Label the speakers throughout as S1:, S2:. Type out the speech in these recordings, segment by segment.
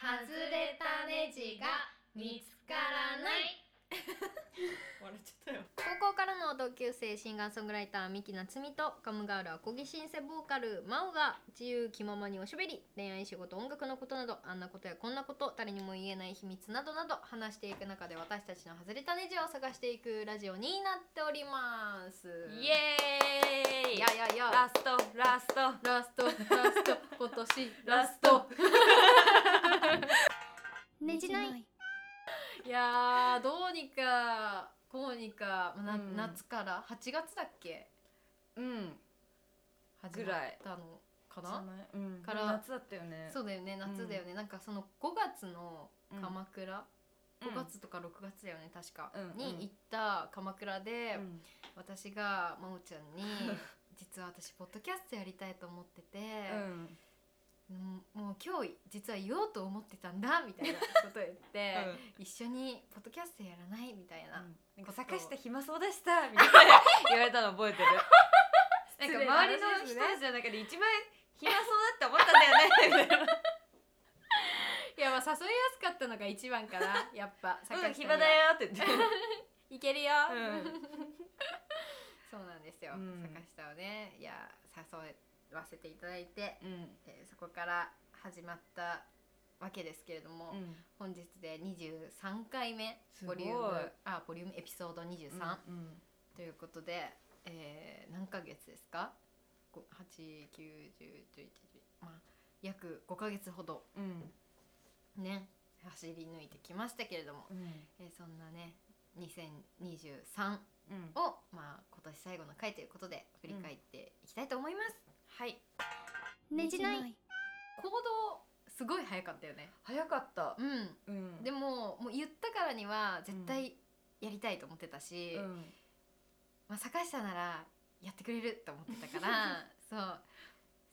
S1: 外れたネジが見つからない
S2: 笑っちゃったよ
S1: 高校からの同級生シンガーソングライターミキナツミとガムガールは小木シンセボーカルマオが自由気ままにおしゃべり恋愛仕事音楽のことなどあんなことやこんなこと誰にも言えない秘密などなど話していく中で私たちの外れたネジを探していくラジオになっております
S2: イエーイ
S1: いやいやいや
S2: ラストラスト
S1: ラストラス ト今年
S2: ラスト
S3: ねじない
S1: いやーどうにかこうにか、まあな
S2: うん
S1: 夏から8月だっけ
S2: うん
S1: 始
S2: ぐ
S1: まっ
S2: らい
S1: たのか
S2: じゃ
S1: な
S2: ないうん
S1: から
S2: 夏だったよね
S1: そうだよね夏だよね、なんかその5月の鎌倉、
S2: うん
S1: 5月とか6月だよね確か、
S2: うん
S1: に行った鎌倉で、
S2: うん
S1: 私が真央ちゃ んに「実は私ポッドキャストやりたいと思ってて、
S2: うん
S1: うんもう今日実は言おうと思ってたんだ」みたいなこと言って
S2: う
S1: 「
S2: ん
S1: 一緒にポッドキャストやらない?」みたいな、
S2: なん
S1: こ
S2: か
S1: と
S2: 坂下暇そうでした みたいな言われたの覚えてる
S1: なんか
S2: 失礼な
S1: 周りの
S2: 話です
S1: 人
S2: ね
S1: たちの中で一番
S2: 暇 そうだって思ったんだよねみたいない
S1: やまあ誘いやすかったのが一番かなやっぱ
S2: 「うん
S1: 下に
S2: 暇
S1: は
S2: だよ」って言 って
S1: いけるよ、
S2: う
S1: そうなんですよ、
S2: うん
S1: 坂下をねいや誘わせていただいて、
S2: うん
S1: えーそこから始まったわけですけれども、
S2: うん
S1: 本日で23回目
S2: すご
S1: ボ
S2: い
S1: リュームあボリュームエピソード23、
S2: うん
S1: ということで、えー何ヶ月ですか891011まあ約5ヶ月ほど
S2: うん
S1: ね走り抜いてきましたけれども、
S2: うん
S1: えーそんなね2023
S2: うん
S1: を、まあ、今年最後の回ということで振り返っていきたいと思います、はい
S3: ねじない
S1: 行動すごい早かったよね
S2: 早かった
S1: うん
S2: うん
S1: でももう言ったからには絶対やりたいと思ってたし、
S2: うん
S1: まあ、坂下ならやってくれると思ってたから そう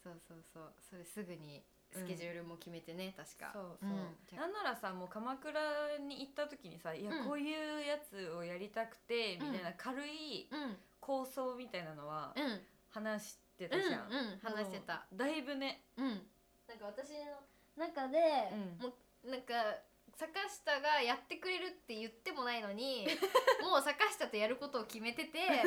S1: そうそうそうそれすぐにスケジュールも決めてね、確か
S2: そうそう、
S1: んじゃ
S2: なんならさもう鎌倉に行った時にさ「いや、
S1: うん
S2: こういうやつをやりたくて」みたいな軽い
S1: うん
S2: 構想みたいなのは
S1: うん
S2: 話して
S1: うん
S2: たじゃん、
S1: うん話してた
S2: だいぶね
S1: うんなんか私の中で、
S2: うん
S1: もうなんか坂下がやってくれるって言ってもないのに もう坂下とやることを決めて てで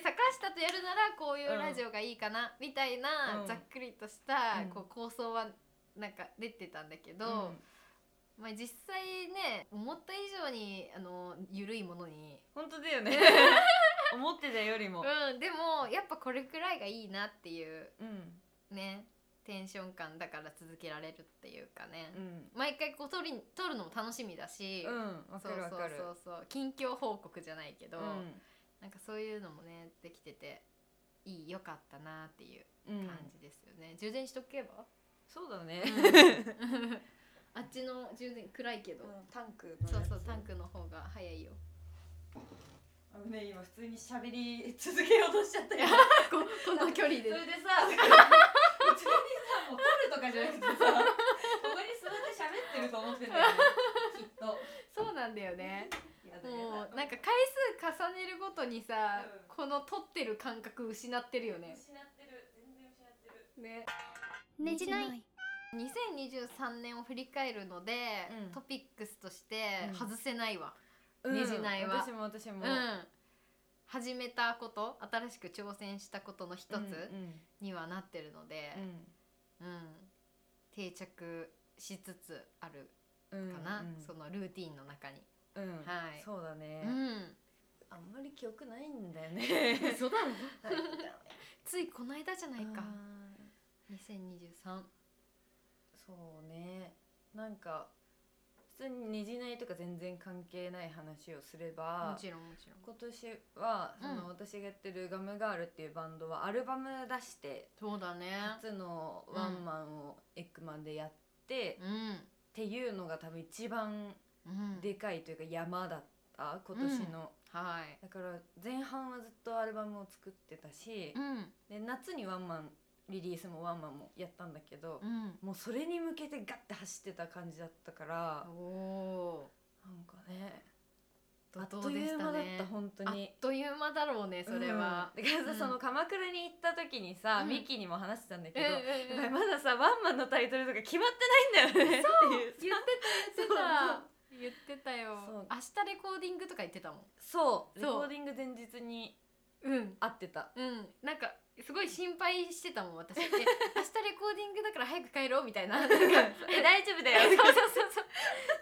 S1: 坂下とやるならこういうラジオがいいかな、みたいな、
S2: うん
S1: ざっくりとした、
S2: うん
S1: こう構想はなんか出てたんだけど、
S2: ん
S1: まあ、実際ね思った以上にあの緩いものに、
S2: 本当だ よね思ってたよりも
S1: うん、でもやっぱこれくらいがいいなっていう
S2: うん
S1: ねテンション感だから続けられるっていうかね、
S2: うん
S1: 毎回こう撮り撮るのも楽しみだし、
S2: うんわ
S1: そ
S2: か
S1: う
S2: るわか
S1: そ
S2: る
S1: うそうそう近況報告じゃないけど、
S2: うん
S1: なんかそういうのもねできてていいよかったなっていう
S2: うん
S1: 感じですよね、充電しと けば、
S2: そうだね、
S1: あっちの充電暗いけど、
S2: うんタンク
S1: そうそうタンクの方が早い よ
S2: あのね今普通に喋り続けようとしちゃったよ
S1: ここの距離で
S2: それで さ普通にさもう撮るとかじゃなくてさここに座って喋ってると思ってんだよねきっと
S1: そうなんだよね
S2: やだ
S1: も
S2: や
S1: う
S2: だ
S1: なんか回数重ねるごとにさ、
S2: うん
S1: この撮ってる感覚失ってるよね
S2: 失ってる全然失ってる
S1: ね
S3: ねじない
S1: 2023年を振り返るので、
S2: うん
S1: トピックスとして
S2: うん
S1: 外せないわ、ねじないわ
S2: 私も私
S1: う
S2: も、
S1: ん始めたこと新しく挑戦したことの一
S2: うん
S1: つにはなってるので、うん定着しつつある
S2: うんうん
S1: かな、
S2: うん
S1: そのルーティンの中に、
S2: うん
S1: はい
S2: そうだね、
S1: うん
S2: あんまり記憶ないんだよね
S1: 嘘だろ
S2: ない
S1: ついこの間じゃないか
S2: うん
S1: 2023
S2: そうねなんか普通にねじないとか全然関係ない話をすれ
S1: も
S2: ば
S1: ちろんもちろん
S2: 今年はその、
S1: うん
S2: 私がやってるガムガールっていうバンドはアルバム出して
S1: そうだね
S2: 初のワンマンをエッグマンでやって、っ
S1: うん
S2: ていうのが多分一番
S1: うん
S2: でかいというか山だった今年の、
S1: はい
S2: だから前半はずっとアルバムを作ってたし
S1: う、ん
S2: で夏にワンマンリリースもワンマンもやったんだけど、
S1: うん
S2: もうそれに向けてガッて走ってた感じだったから
S1: おお
S2: なんかねあっ
S1: 怒
S2: と
S1: 涛で
S2: い
S1: し
S2: う
S1: た
S2: 間だっ
S1: ね
S2: た本当
S1: あっ
S2: に
S1: という間だろうねそれは、
S2: うんだからさ、
S1: うん
S2: その鎌倉に行った時にさ、
S1: うん
S2: ミキにも話してたんだけ
S1: え
S2: ど、
S1: えええ
S2: やっぱりまださワンマンのタイトルとか決まってないんだよねってい
S1: 言
S2: う
S1: ってた言ってた言ってたよ
S2: そう
S1: 明日レコーディングとか言ってたもん
S2: そうレ
S1: そう
S2: コーディング前日に
S1: うん
S2: 会ってた
S1: うんなんかすごい心配してたもん私え明日レコーディングだから早く帰 ろうみたいななんか
S2: え大丈夫 だ
S1: そう
S2: よ
S1: そうそうそう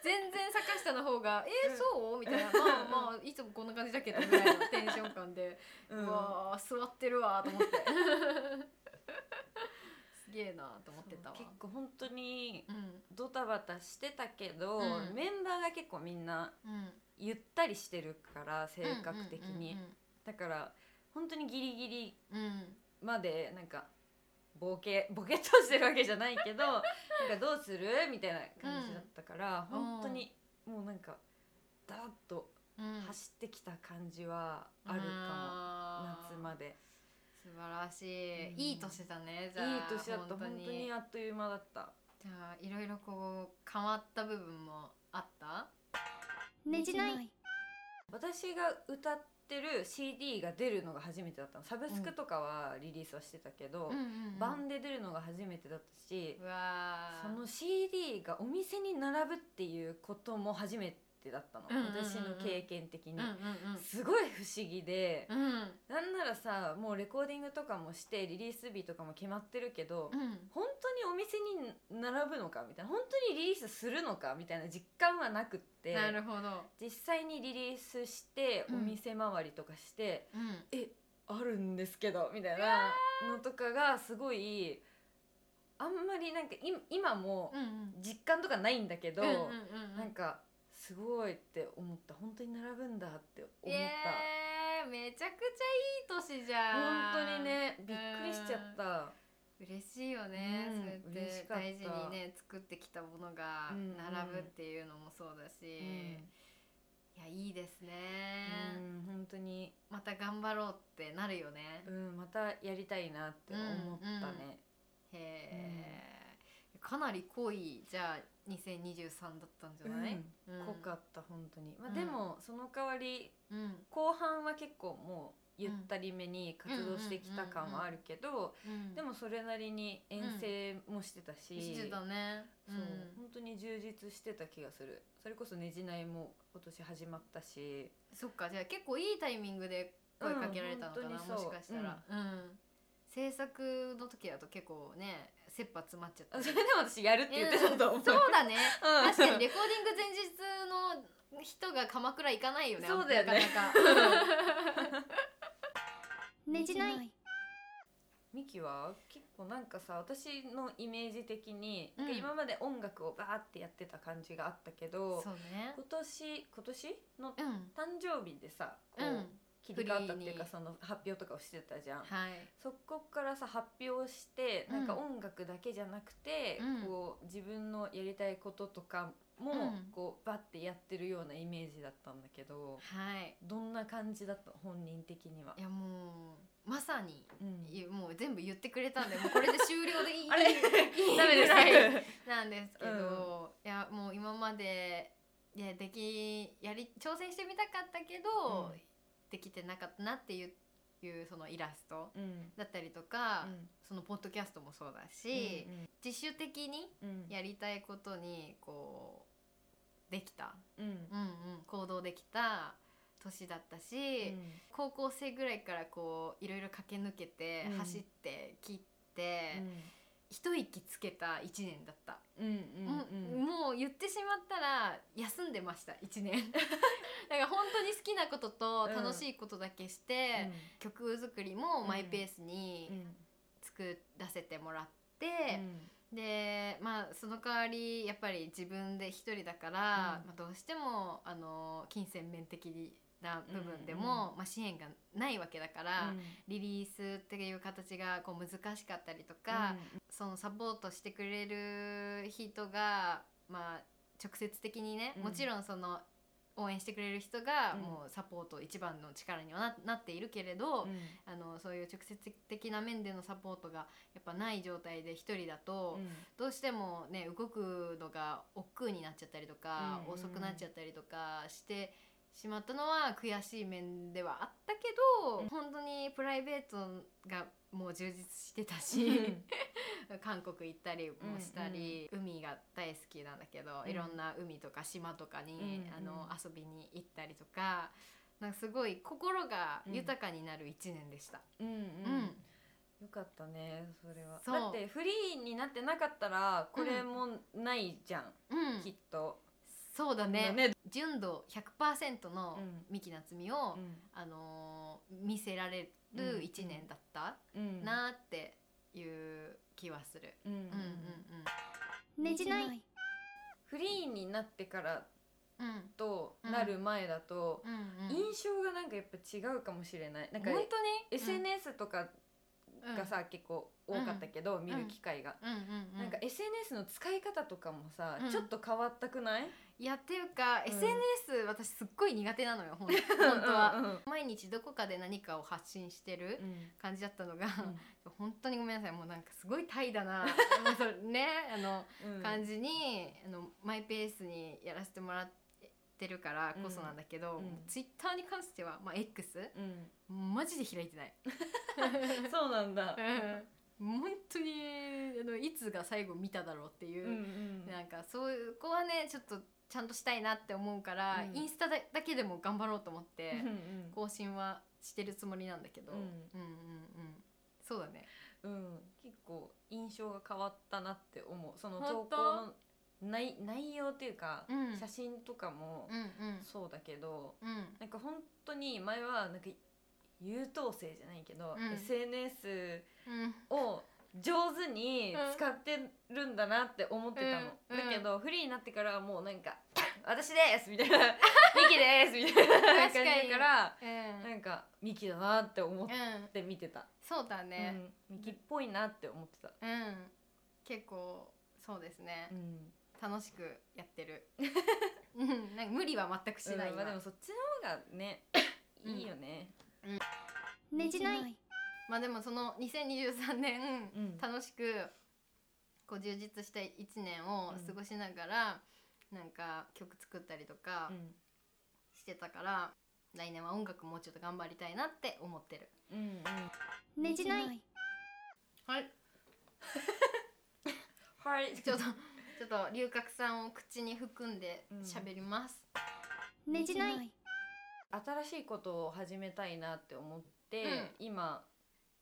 S1: 全然坂下の方が「え
S2: う
S1: ー、
S2: ん
S1: そう?」みたいな「まあまあいつもこんな感じだけど」みたいなテンション感で
S2: う
S1: うんわー座ってるわーと思って すげえなーと思ってたわ
S2: 結構本当に
S1: うん
S2: ドタバタしてたけど、
S1: うん
S2: メンバーが結構みんな
S1: うん
S2: ゆったりしてるから性格的に、
S1: うん
S2: だから本当にギリギリ
S1: うんうんうん
S2: までなんかボケ ボケっとしてるわけじゃないけどなんかどうするみたいな感じだったから、
S1: うん
S2: 本当にもうなんかダーッと
S1: うんうん
S2: 走ってきた感じはあるかも、
S1: あー
S2: 夏まで
S1: 素晴らしい、
S2: うん
S1: いい年だね
S2: い
S1: じ
S2: い
S1: ゃあ
S2: 年だった本当にあっという間だった
S1: じゃあいろいろこう変わった部分もあった
S4: ねじない
S2: 私が歌ってる CD が出るのが初めてだったのサブスクとかはリリースはしてたけど、
S1: バ
S2: バ
S1: ン
S2: ンで出るのが初めてだったし
S1: う、わー
S2: その CD がお店に並ぶっていうことも初めてだったの、
S1: うんうんうんうん
S2: 私の経験的に、
S1: うん
S2: すごい不思議で、
S1: うんうん
S2: なんならさもうレコーディングとかもしてリリース日とかも決まってるけど、
S1: うんうん
S2: 本当にお店に並ぶのかみたいな本当にリリースするのかみたいな実感はなくって
S1: なるほど
S2: 実際にリリースして
S1: う
S2: お
S1: ん
S2: 店回りとかして、
S1: うん
S2: あるんですけどみたいなのとかがすごいあんまりなんかい今も
S1: うんうん
S2: 実感とかないんだけど、
S1: うんうんうん
S2: なんかすごいって思った本当に並ぶんだって思っ
S1: えーめちゃくちゃいい年じ
S2: た、
S1: ゃん
S2: 本当にねびっくりしちゃった、
S1: 嬉しいよね、
S2: うん
S1: そうやっ
S2: 嬉
S1: て
S2: しかった
S1: 大事にね作ってきたものが
S2: うんうん
S1: 並ぶっていうのもそうだし、
S2: うん
S1: いやいいですね、
S2: うん本当に、
S1: また頑張ろうってなるよね、
S2: うん、またやりたいなって思ったね、
S1: へえ、かなり濃いじゃあ2023だったんじゃない、うん
S2: 濃かった本当に、まあ
S1: うん
S2: でもその代わり
S1: うん
S2: 後半は結構もうゆったりめに活動してきた感はあるけど
S1: うん、
S2: でもそれなりに遠征もしてたし、
S1: してたね
S2: そう本当に充実してた気がするそれこそねじないも今年始まったし
S1: そっかじゃあ結構いいタイミングで声かけられたのかな、
S2: うん本当
S1: も
S2: に
S1: し
S2: そう
S1: かしたら、うん制作の時だと結構ね切羽詰まっちゃった
S2: あそれでも私やるって言ってたと 思う、
S1: そうだね
S2: うん
S1: 確かにレコーディング前日の人が鎌倉行かないよね
S2: そうだよね
S1: なかなか、
S4: ねじない
S2: ミキは結構なんかさ私のイメージ的に、なんか
S1: うん
S2: 今まで音楽をバーってやってた感じがあったけど
S1: そうね
S2: 今年今年の誕
S1: うん
S2: 生日でさこう、
S1: うん
S2: 切り替わったっていうか
S1: フリーに
S2: その発表とかをしてたじゃん、
S1: はい
S2: そこからさ発表して
S1: うん
S2: なんか音楽だけじゃなくて、
S1: うん
S2: こう自分のやりたいこととかも、
S1: うん
S2: こうバッてやってるようなイメージだったんだけど
S1: はい。
S2: どんな感じだったの本人的にはい
S1: やもうまさに
S2: うん
S1: いもう全部言ってくれたんでもうこれで終了でいい
S2: あれ
S1: いい
S2: ダメで
S1: ぐ
S2: すから
S1: い なんですけど、いやもう今までいやできやり挑戦してみたかったけど、
S2: うん
S1: できてなかったなっていういうそのイラスト
S2: うん
S1: だったりとか、
S2: うん
S1: そのポッドキャストもそうだし、自主的に
S2: うんうん
S1: やりたいことにこうできた、
S2: うん
S1: うんうん、行動できた年だったし。高校生ぐらいからこういろいろ駆け抜けて、
S2: うん
S1: 走って切って、一息つけた1年だった、
S2: うんうん
S1: もうもう言ってしまったら休んでました1年 だから本当に好きなことと
S2: うん
S1: 楽しいことだけして、曲作りもマイペースに作らせてもらって、でまあその代わりやっぱり自分で一人だから、
S2: うん
S1: まあ、どうしてもあの金銭面的な部分で
S2: うん
S1: も、まあ、支援がないわけだから、
S2: う
S1: リリースっていう形がこう難しかったりとか、そのサポートしてくれる人が、まあ、直接的にね、
S2: うん
S1: もちろんその応援してくれる人が
S2: うん
S1: もうサポート一番の力にはななっているけれど、あのそういう直接的な面でのサポートがやっぱない状態で一人だと、どうしてもね動くのが億劫になっちゃったりとか、
S2: うんうん
S1: 遅くなっちゃったりとかしてしまったのは悔しい面ではあったけど、本当にプライベートがもう充実してたし、 韓国行ったりもしたり、海が大好きなんだけど、
S2: うん
S1: いろんな海とか島とかに、
S2: うんうん
S1: あの遊びに行ったりとかなんかすごい心が豊かになる一年でした。
S2: うんうん
S1: うん
S2: よかったねそれは
S1: そう
S2: だってフリーになってなかったらこれもないじゃん、
S1: うん
S2: きっと、
S1: そうだね
S2: だね
S1: 純度100%の
S2: うん
S1: 三木夏実を、あのー見せられる
S2: うん
S1: 1年だった
S2: うん
S1: なっていう気はする。
S2: うんうん
S1: うんうん
S4: ねじない
S2: フリーになってから
S1: うんうん
S2: となる前だと、
S1: うんうん
S2: 印象がなんかやっぱ違うかもしれないなんか
S1: 本
S2: SNS とかがさ、結構多かったけど、見る機会が、
S1: うんうんうん
S2: なんか SNS の使い方とかもさ、
S1: うん
S2: ちょっと変わったくない
S1: いやっていうか、
S2: うん
S1: SNS 私すっごい苦手なのよほん 本当は、
S2: うんうん
S1: 毎日どこかで何かを発信してる感じだったのが、本当にごめんなさいもうなんかすごい怠惰 なもうそれねあの、
S2: うんうん
S1: 感じにあのマイペースにやらせてもらってるからこそなんだけど、
S2: うんうん
S1: ツイッターに関しては、まあ、X
S2: うん
S1: マジで開いてない。
S2: そうなんだ。
S1: うん本当にあのいつが最後見ただろうっていうう、
S2: んうん
S1: なんかそういう子はねちょっとちゃんとしたいなって思うから、
S2: うん
S1: インスタだだけでも頑張ろうと思って
S2: うんうん
S1: 更新はしてるつもりなんだけど、
S2: うん
S1: うんうんうんそうだね
S2: うん、結構印象が変わったなって思う。その投
S1: 本当
S2: 稿の内内容っていうか、
S1: うん
S2: 写真とかも
S1: うんうん
S2: そうだけど、
S1: うん
S2: なんか本当に前はなんか優等生じゃないけど、
S1: うん
S2: SNS
S1: うん
S2: を上手に
S1: うん
S2: 使ってるんだなって思ってたの。
S1: うんうん
S2: だけど、フリーになってからはもうなんか 私ですみたいな、ミキですみたいな感
S1: 確
S2: じ
S1: かに
S2: だから、
S1: うん、
S2: なんかミキだなって思っ
S1: うん、
S2: て見てた。
S1: そうだね
S2: うん、ミキっぽいなって思ってた。
S1: うん、結構そうですね、楽しくやって るうんなんか無理は全くし
S2: しな
S1: ないい、
S2: わ
S1: 今
S2: でもそっちの方がねいいよね。
S4: ねじない
S1: まあでもその2023年、
S2: うん
S1: 楽しくこう充実した1年を過ごしながら、なんか曲作ったりとかしてたから、来年は音楽もうちょっと頑張りたいなって思ってる。
S2: うんうん
S4: ねじない
S1: はい、
S2: はい
S1: ちょっとちょっと龍角散を口に含んで喋ります。
S4: ねじない
S2: 新しいことを始めたいなって思って、
S1: うん
S2: 今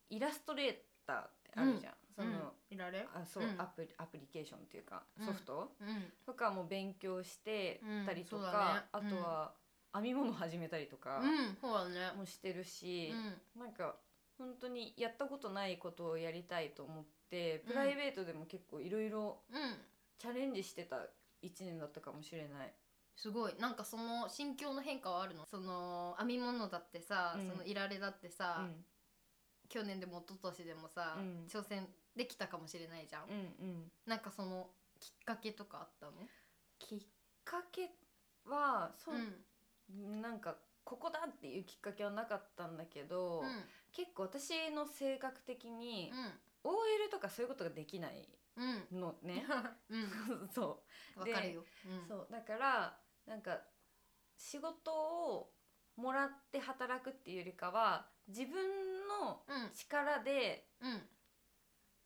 S2: イラストレーターってあるじゃん。その、
S1: いられ
S2: あそう、
S1: うん
S2: アプリアプリケーションっていうか
S1: うん
S2: ソフト、
S1: うん
S2: とかも勉強してたりと
S1: うんそうだ
S2: か
S1: ね、
S2: あとは編み物始めたりとか
S1: うんそうだね。
S2: もしてる
S1: う
S2: し、
S1: ん
S2: なんか本当にやったことないことをやりたいと思って
S1: うん
S2: プライベートでも結構いろいろ
S1: うん
S2: チャレンジしてた1年だったかもしれない。
S1: すごいなんかその心境の変化はあるのその編み物だってさ、
S2: うん
S1: そのいられだってさ、
S2: うん
S1: 去年でも一昨年でもさ、
S2: うん
S1: 挑戦できたかもしれないじゃん、
S2: うんうん、
S1: なんかそのきっかけとかあったの
S2: きっかけはそう
S1: う、ん
S2: なんかここだっていうきっかけはなかったんだけど、
S1: うん
S2: 結構私の性格的に、
S1: う
S2: OL とかそういうことができない
S1: んうん
S2: の ね。
S1: うん
S2: そ
S1: わかるよ、うん、
S2: うそうだからなんか仕事をもらって働くっていうよりかは自分の
S1: うん
S2: 力で
S1: うん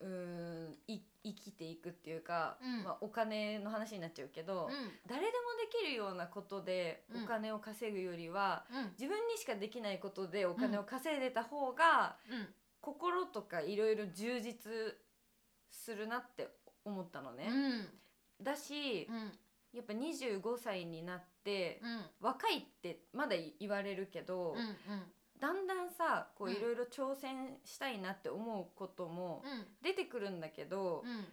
S2: うーんい生きていくっていうか、
S1: うん
S2: まあ、お金の話になっちゃうけど、
S1: うん
S2: 誰でもできるようなことで
S1: うん
S2: お金を稼ぐよりは、
S1: うん
S2: 自分にしかできないことでお金を稼いでた方が、
S1: うん
S2: 心とかいろいろ充実するなって思ったのね。だし、
S1: うん
S2: やっぱ25歳になって、
S1: うん
S2: 若いってまだ言われるけど、
S1: うんうん
S2: だんだんさこう
S1: うん
S2: いろいろ挑戦したいなって思うことも
S1: うん
S2: 出てくるんだけど、
S1: うん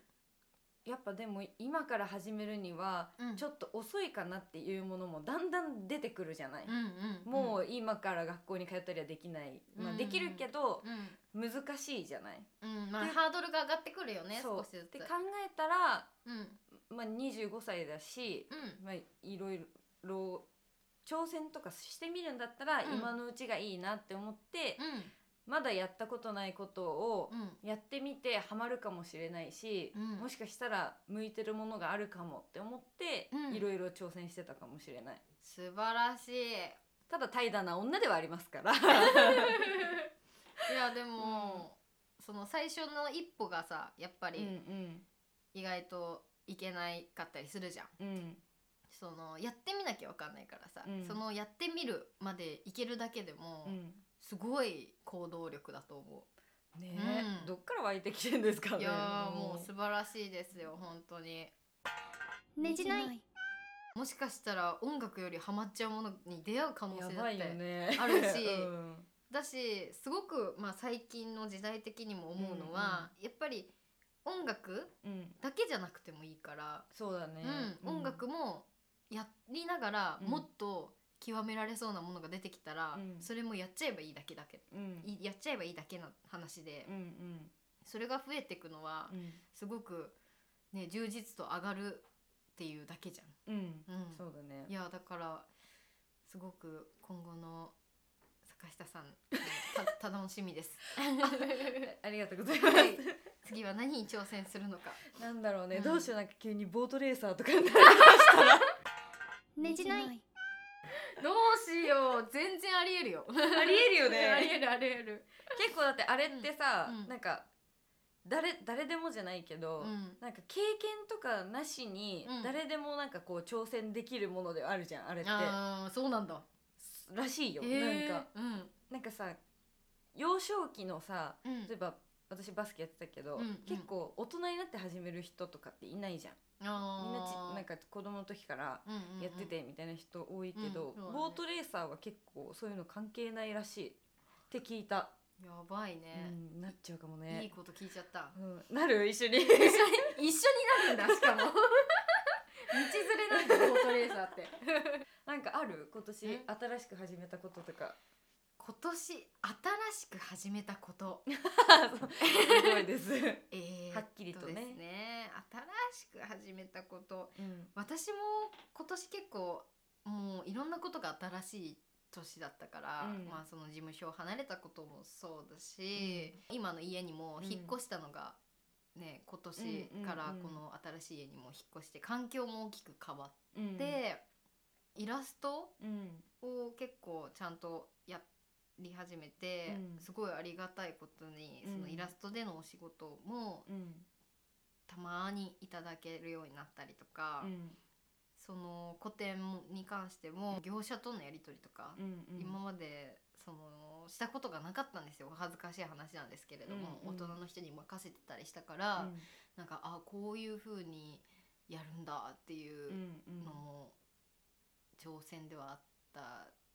S2: やっぱでも今から始めるには
S1: うん
S2: ちょっと遅いかなっていうものもだんだん出てくるじゃない、
S1: うんうん
S2: もう今から学校に通ったりはできない、ま
S1: う
S2: あ、
S1: ん
S2: できるけど
S1: うん
S2: 難しいじゃない、
S1: うんまあ
S2: で
S1: ハードルが上がってくるよね
S2: そう
S1: 少しず
S2: っ
S1: つ
S2: て考えたら、
S1: うんうん
S2: まあ、25歳だし、まあ、いろいろ挑戦とかしてみるんだったら
S1: うん
S2: 今のうちがいいなって思って
S1: うん
S2: まだやったことないことを
S1: うん
S2: やってみてハマるかもしれないし、
S1: うん
S2: もしかしたら向いてるものがあるかもって思って、
S1: うん
S2: いろいろ挑戦してたかもしれない
S1: 素晴らしい
S2: ただ怠惰な女ではありますから
S1: いやでも、その最初の一歩がさやっぱ
S2: う
S1: り
S2: ん
S1: 意外といけないかったりするじゃん、
S2: うんうん
S1: そのやってみなきゃわかんないからさ、
S2: うん
S1: そのやってみるまでいけるだけでも、
S2: うん
S1: すごい行動力だと思
S2: ね
S1: うん
S2: どっから湧いてきてんですか
S1: う、
S2: ね
S1: いやーもう素晴らしいですよ本当に
S4: ねじない
S1: もしかしたら音楽よりハマっちゃうものに出会う可能
S2: や
S1: 性だっ
S2: ば
S1: て
S2: いよね
S1: あるし
S2: うん
S1: だしすごく、まあ、最近の時代的にも思うのは、やっぱり音楽
S2: うん
S1: だけじゃなくてもいいから、
S2: そうだね、
S1: うん音楽もやりながら
S2: うん
S1: もっと極められそうなものが出てきたら、
S2: うん
S1: それもやっちゃえばいいだけだけ
S2: うん
S1: いやっちゃえばいいだけの話で、
S2: うんうん
S1: それが増えていくのは
S2: うん
S1: すごく、ね、充実と上がるっていうだけじ
S2: うん
S1: ゃん。うん
S2: そうだね
S1: いやだからすごく今後の坂下さんのた 楽しみです。
S2: ありがとうございます、
S1: 次は何に挑戦するのか。
S2: なんだろうね、
S1: うん
S2: どうしようなんか急にボートレーサーとかになる
S4: ねじない
S1: どうしよう全然ありえるよ。
S2: ありえるよ
S1: ありえるありえる。
S2: 結構だってあれってさ、
S1: うんうん
S2: なんか誰誰でもじゃないけど、
S1: うん
S2: なんか経験とかなしに
S1: うん
S2: 誰でもなんかこう挑戦できるものではあるじゃんあれって
S1: ああそうなんだ。
S2: らしいよ、
S1: へー
S2: なんかなんかさ幼少期のさ
S1: うんうん
S2: 例えば私バスケやってたけど、
S1: うんうん
S2: 結構大人になって始める人とかっていないじゃんみんなち
S1: あ
S2: なんか子供の時から
S1: ーうんうんうん
S2: やっててみたいな人多いけど、
S1: うんそうだね
S2: ボートレーサーは結構そういうの関係ないらしいって聞いた、
S1: やばいね。
S2: うん、なっちゃうかも
S1: いい
S2: ね、
S1: こと聞いちゃった。
S2: うん、なる 一緒に
S1: 一緒になるんだしかも。道連れなんだボートレーサーって。
S2: なんかある今年
S1: え
S2: 新しく始めたことと か
S1: 今年新しく始めたこと。
S2: すごいです、
S1: えー
S2: はっきりとね
S1: そうです新しく始めたこと
S2: うん
S1: 私も今年結構もういろんなことが新しい年だったから、
S2: うん
S1: まあその事務所を離れたこともそうだし、今の家にも引っ越したのが、ね今年からこの新しい家にも引っ越して環境も大きく変わっ
S2: うん、
S1: て、イラスト
S2: うん
S1: を結構ちゃんとやり始めて、
S2: うん
S1: すごいありがたいことにその
S2: うん
S1: イラストでのお仕事も
S2: うん
S1: たまにいただけるようになったりとか、
S2: うん
S1: その個展に関しても業者とのやり取りとか、
S2: うんうん
S1: 今までそのしたことがなかったんですよお恥ずかしい話なんですけれども、
S2: うんうん
S1: 大人の人に任せてたりしたから、
S2: うん
S1: なんかあこういう風にやるんだっていう
S2: う
S1: うん
S2: うん
S1: のも挑戦ではあった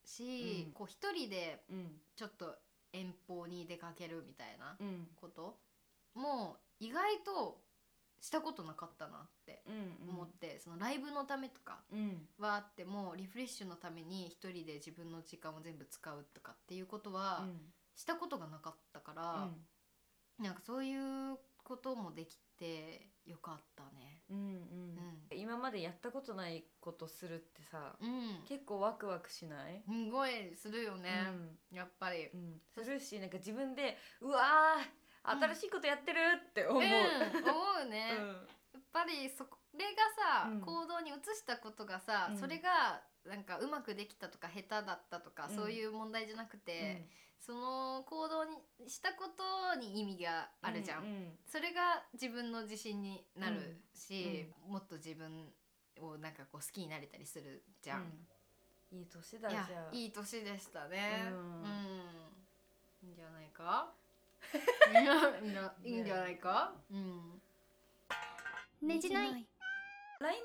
S1: し、
S2: うん
S1: こう一人で
S2: うん
S1: ちょっと遠方に出かけるみたいな
S2: うん
S1: ことも意外としたことなかったなって
S2: うん
S1: 思って、そのライブのためとか
S2: うん
S1: はあってもリフレッシュのために一人で自分の時間を全部使うとかっていうことは
S2: うん
S1: したことがなかったから、なんかそういうこともできてよかったね。
S2: うんうん
S1: う
S2: 今までやったことないことするってさ、
S1: うん、
S2: 結構ワクワクしない、
S1: すごいするよね、やっぱり。
S2: うんうん、するしなんか自分でうわー新しいことやってるって
S1: う
S2: 思う、
S1: ん思うね、やっぱりそれがさ、
S2: うん
S1: 行動に移したことがさ、
S2: うん
S1: それがなんかうまくできたとか下手だったとか、
S2: うん
S1: そういう問題じゃなくて、その行動にしたことに意味があるじゃん、
S2: うん
S1: それが自分の自信になるし、もっと自分をなんかこう好きになれたりするじゃん、
S2: うんいい年だ
S1: い
S2: じゃ
S1: や
S2: あ
S1: いい年でしたね
S2: う
S1: うんい
S2: ん、
S1: いんじゃないかいやいいんじゃないか、うん
S4: ねじない
S2: 来年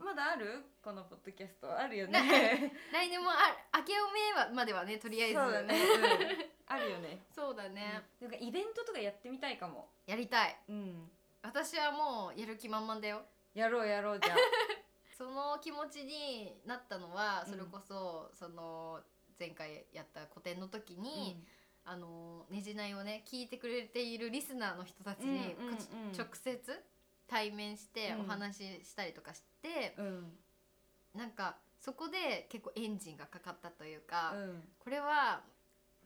S2: もまだあるこのポッドキャストあるよ
S1: ね
S2: ね
S1: 来年もあ明けおめはまではねとりあえず
S2: そうだね、うんあるよね
S1: そうだね、
S2: なんかイベントとかやってみたいかも
S1: やりたい
S2: うん
S1: 私はもうやる気満々だよ
S2: やろうやろう じゃあ
S1: その気持ちになったのは
S2: うん
S1: それこそ、その前回やった個展の時に、あのねじないをね聞いてくれているリスナーの人たちに、
S2: うんうんうん
S1: こっち直接対面して
S2: うん
S1: お話ししたりとかして、
S2: うんうん
S1: なんかそこで結構エンジンがかかったというか、
S2: うん
S1: これは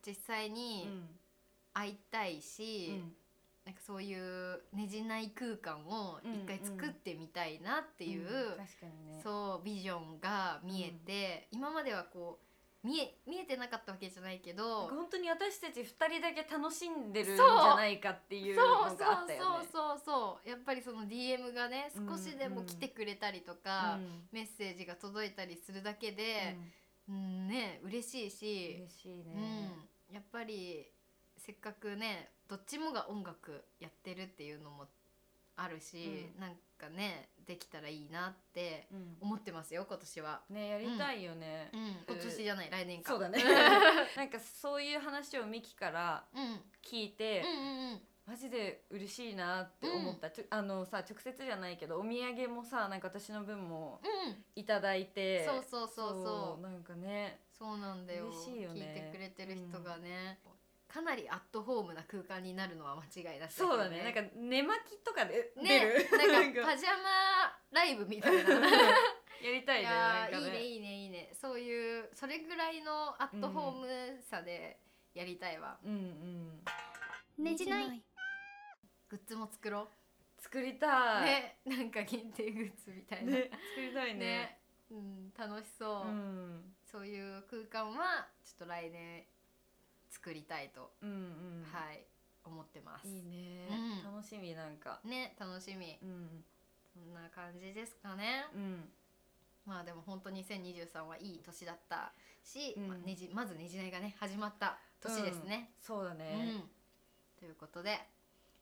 S1: 実際に会いたいし、
S2: うん
S1: なんかそういうねじない空間を一回作ってみたいなっていう、
S2: うん確かにね
S1: そうビジョンが見えて、今まではこう見え見えてなかったわけじゃないけど
S2: 本当に私たち二人だけ楽しんでるんじ
S1: そう
S2: ゃないかって
S1: そ
S2: いうう
S1: そう
S2: の
S1: そう
S2: があったよね。
S1: そうそうやっぱりその DM がね
S2: うん
S1: 少しでも来てくれたりとか、
S2: うん
S1: メッセージが届いたりするだけで、うん、ね嬉しいし
S2: 嬉しいね。
S1: うん、やっぱりせっかくねどっちもが音楽やってるっていうのもあるし、なんかねできたらいいなって
S2: うん
S1: 思ってますよ今年は、
S2: ねやりたいよね。
S1: うん、今年じゃない来年か
S2: そうだね。 なんかそういう話をミキから
S1: うん、うん
S2: 聞いて、
S1: うんうん
S2: マジで嬉しいなって思った。ちょあのさ直接じゃないけどお土産もさなんか私の分も
S1: う
S2: いただいて、
S1: んそうそうそうそう
S2: なんかね
S1: そうなんだよ
S2: 嬉しいよね
S1: 聞いてくれてる人がね、かなりアットホームな空間になるのは間違いなさ
S2: そうだねなんか寝巻きとかで出る、
S1: ねなんかパジャマライブみたいな
S2: やりた
S1: い
S2: いね
S1: や
S2: なんか
S1: ーいいね
S2: ね
S1: いいねいいねそういうそれぐらいのアットホームさでやりたいわ、
S2: うんうん
S4: ねじない
S1: グッズも作ろ
S2: 作り
S1: う、
S2: たい
S1: ねなんか限定グッズみたいなね
S2: ね作りたいね
S1: うん、楽しそう
S2: う、ん
S1: そういう空間はちょっと来年作りたいと、
S2: うんうん
S1: はい思ってます
S2: いいね、
S1: うん
S2: 楽しみなんか
S1: ね楽しみ
S2: うん
S1: こんな感じですかね
S2: うん
S1: まあでも本当2023はいい年だったし、
S2: うん
S1: まあねじまずねじないがね始まった年ですね、
S2: うんそうだ
S1: う
S2: ね、
S1: ん、ということで、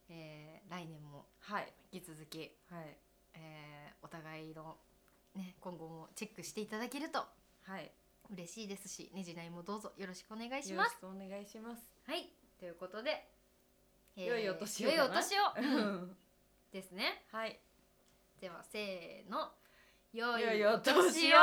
S1: えー来年も
S2: はい
S1: 引き続き、
S2: はい
S1: えーお互いの、ね、今後もチェックしていただけると
S2: はい
S1: 嬉しいですしねじないもどうぞよろしくお願いし
S2: よろ
S1: ます。
S2: しくお願いします
S1: はい、ということで、え
S2: 良いお年を
S1: 良
S2: か
S1: い
S2: な
S1: お年を、
S2: う
S1: うん
S2: ん
S1: ですね。
S2: はい
S1: ではせーの良
S2: よいお年を